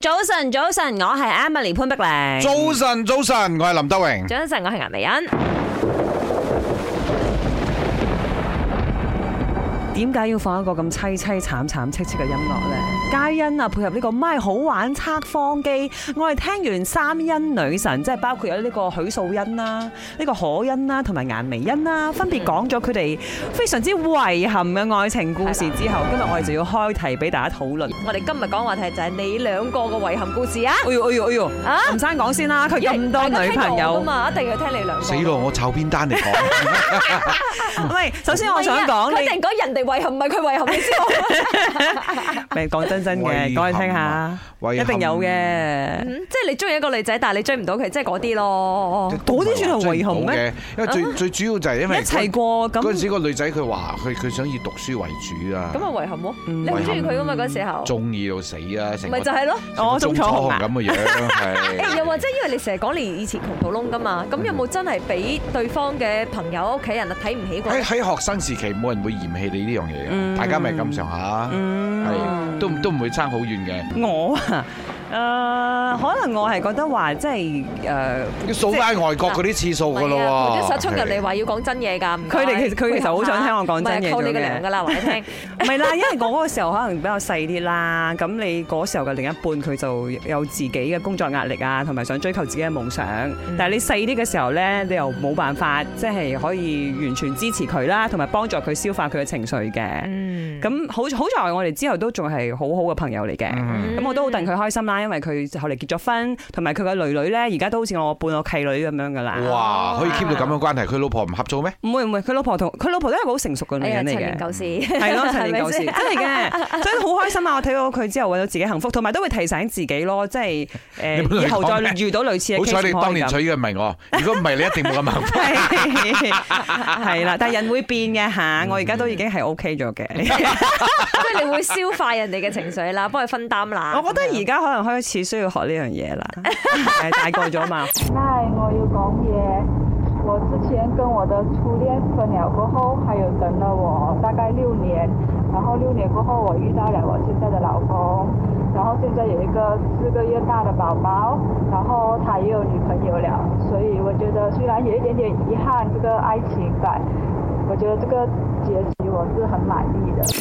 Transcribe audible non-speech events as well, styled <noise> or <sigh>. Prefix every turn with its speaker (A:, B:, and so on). A: 早晨，早晨，我係 Emily 潘碧玲。
B: 早晨，早晨，我系林德荣。
A: 早晨，我係顏美欣。
C: 點解要放一個咁凄凄慘慘戚戚嘅音樂呢？皆因啊，配合呢個咪好玩測謊機，我哋聽完三欣女神，即係包括有呢個許素欣啦、呢、個可欣啊啦，同埋顏薇欣啦，分別講咗佢哋非常之遺憾嘅愛情故事之後，今日我哋就要開題俾大家討論。
A: 我哋今日講話題就係你兩個嘅遺憾故事啊！
C: 哎呦哎呦哎呦！
A: 啊，
C: 林生講先啦，佢
A: 因為
C: 咁多
A: 大家
C: 女
A: 聽
C: 朋
A: 我㗎 <laughs>
C: 友，
A: 嘛，一定要聽你兩個。
B: 死咯！我抄邊單嚟
C: <laughs>
B: 講？
C: 喂，首先我想講
A: 唔係啊佢一
C: 你，
A: 定講人哋遺憾，唔係佢遺憾，你知
C: <laughs>
A: 我。
C: 咪講真真嘅，
B: 遺
C: 講
B: 憾
C: 你聽下
B: 啊，遺
C: 一
B: 憾
C: 定有嘅。
A: 嗯即係你中意一個女仔，但係你追唔到佢，即係嗰啲咯。
C: 嗰啲算係遺憾
B: 真係冇
C: 咩啊
B: 嘅？因為最最主要就係因為
C: 一齊過咁
B: 嗰陣時個女仔佢話佢佢想以讀書為主啊
A: 咁，咪遺憾咯。
C: 嗯
A: 你好中意佢噶嘛？嗰時候，
B: 中意到死啊，成個
A: 咪就
C: <laughs>
A: 係咯。
B: 成個
C: 我鍾楚紅啊哎
B: 咁嘅樣
A: 誒
C: <laughs>
B: 係。
A: 又或者因為你成日講你以前窮到窿噶嘛，咁有冇真係俾對方嘅朋友、屋企人啊睇唔起過？
B: 喺喺學生時期冇人會嫌棄你呢樣嘢
C: 嗯
B: 嘅，大家咪咁上下，係都都唔會差好遠嘅。
C: 我啊，誒、可能我係覺得話即係誒，
B: <laughs>
C: 呃
B: 要數翻外國嗰啲次
A: 啊
B: 數噶咯
C: 啊
A: 或者
B: 喎。
A: 殺出入嚟話要講真嘢㗎，唔該
C: <laughs> 佢哋其實佢其實好想聽我講真嘢
A: 唔係靠你
C: 咗
A: 個
C: 嘅
A: 糧㗎啦，話你
C: <laughs>
A: 聽。
C: 唔係啦，因為我嗰個時候可能比較細啲啦，咁你嗰時候嘅另一半佢就有自己嘅工作壓力啊，同埋想追求自己嘅夢想。
B: 嗯
C: 但係你細啲嘅時候呢，你又冇辦法即係可以完全支持佢啦，同埋幫助佢消化佢嘅情緒嘅。
A: 嗯，
C: 咁好好在我哋之後都仲係好好嘅朋友嚟嘅。
B: 嗯
C: 咁我都好戥佢開心啦，因為佢後嚟結咗婚，同埋佢個女女呢，而家都好似我半個契女咁樣噶啦。
B: 哇，可以
C: 啊
B: keep 到咁嘅關係，佢老婆唔合作咩？
C: 唔會唔會，佢老婆同佢老婆都係一個好成熟嘅女
A: 哎呀，
C: 人
A: 陳
C: 嚟
A: 年
C: 嘅
A: 舊。事，<laughs>
C: 係咯，
A: 係
C: 陳
A: 咪
C: 年舊事
A: 先
C: 真係嘅，真係好開心啊！我睇到佢之後，為到自己幸福，同埋都會提醒自己咯，即係
B: 你唔好同佢
C: 誒，以後
B: 講
C: 再
B: 咩
C: 遇到類似嘅
B: 好
C: case 唔
B: 彩
C: 可以
B: 你
C: 咁。
B: 當年娶嘅唔係我，如果唔係你一定冇咁幸福。
C: 係係
A: <laughs>
C: 啦，但係人會變嘅
B: 嗯
C: 吓，我而家都已經係 OK 咗嘅。
A: <laughs> 嗯即係你會消化人哋嘅情緒啦，幫佢分擔啦。
C: <laughs> 我覺得而家可能開始需要學呢樣嘢
A: <laughs>
C: 啦，係大個咗嘛。
D: 嗨，我有講嘢。我之前跟我的初戀分了過後，還有等了我大概六年，然後六年過後我遇到了我現在的老公，然後現在有一個四個月大的寶寶，然後他也有女朋友了，所以我覺得雖然有一點點遺憾這個愛情感，我覺得這個結局我是很滿意的。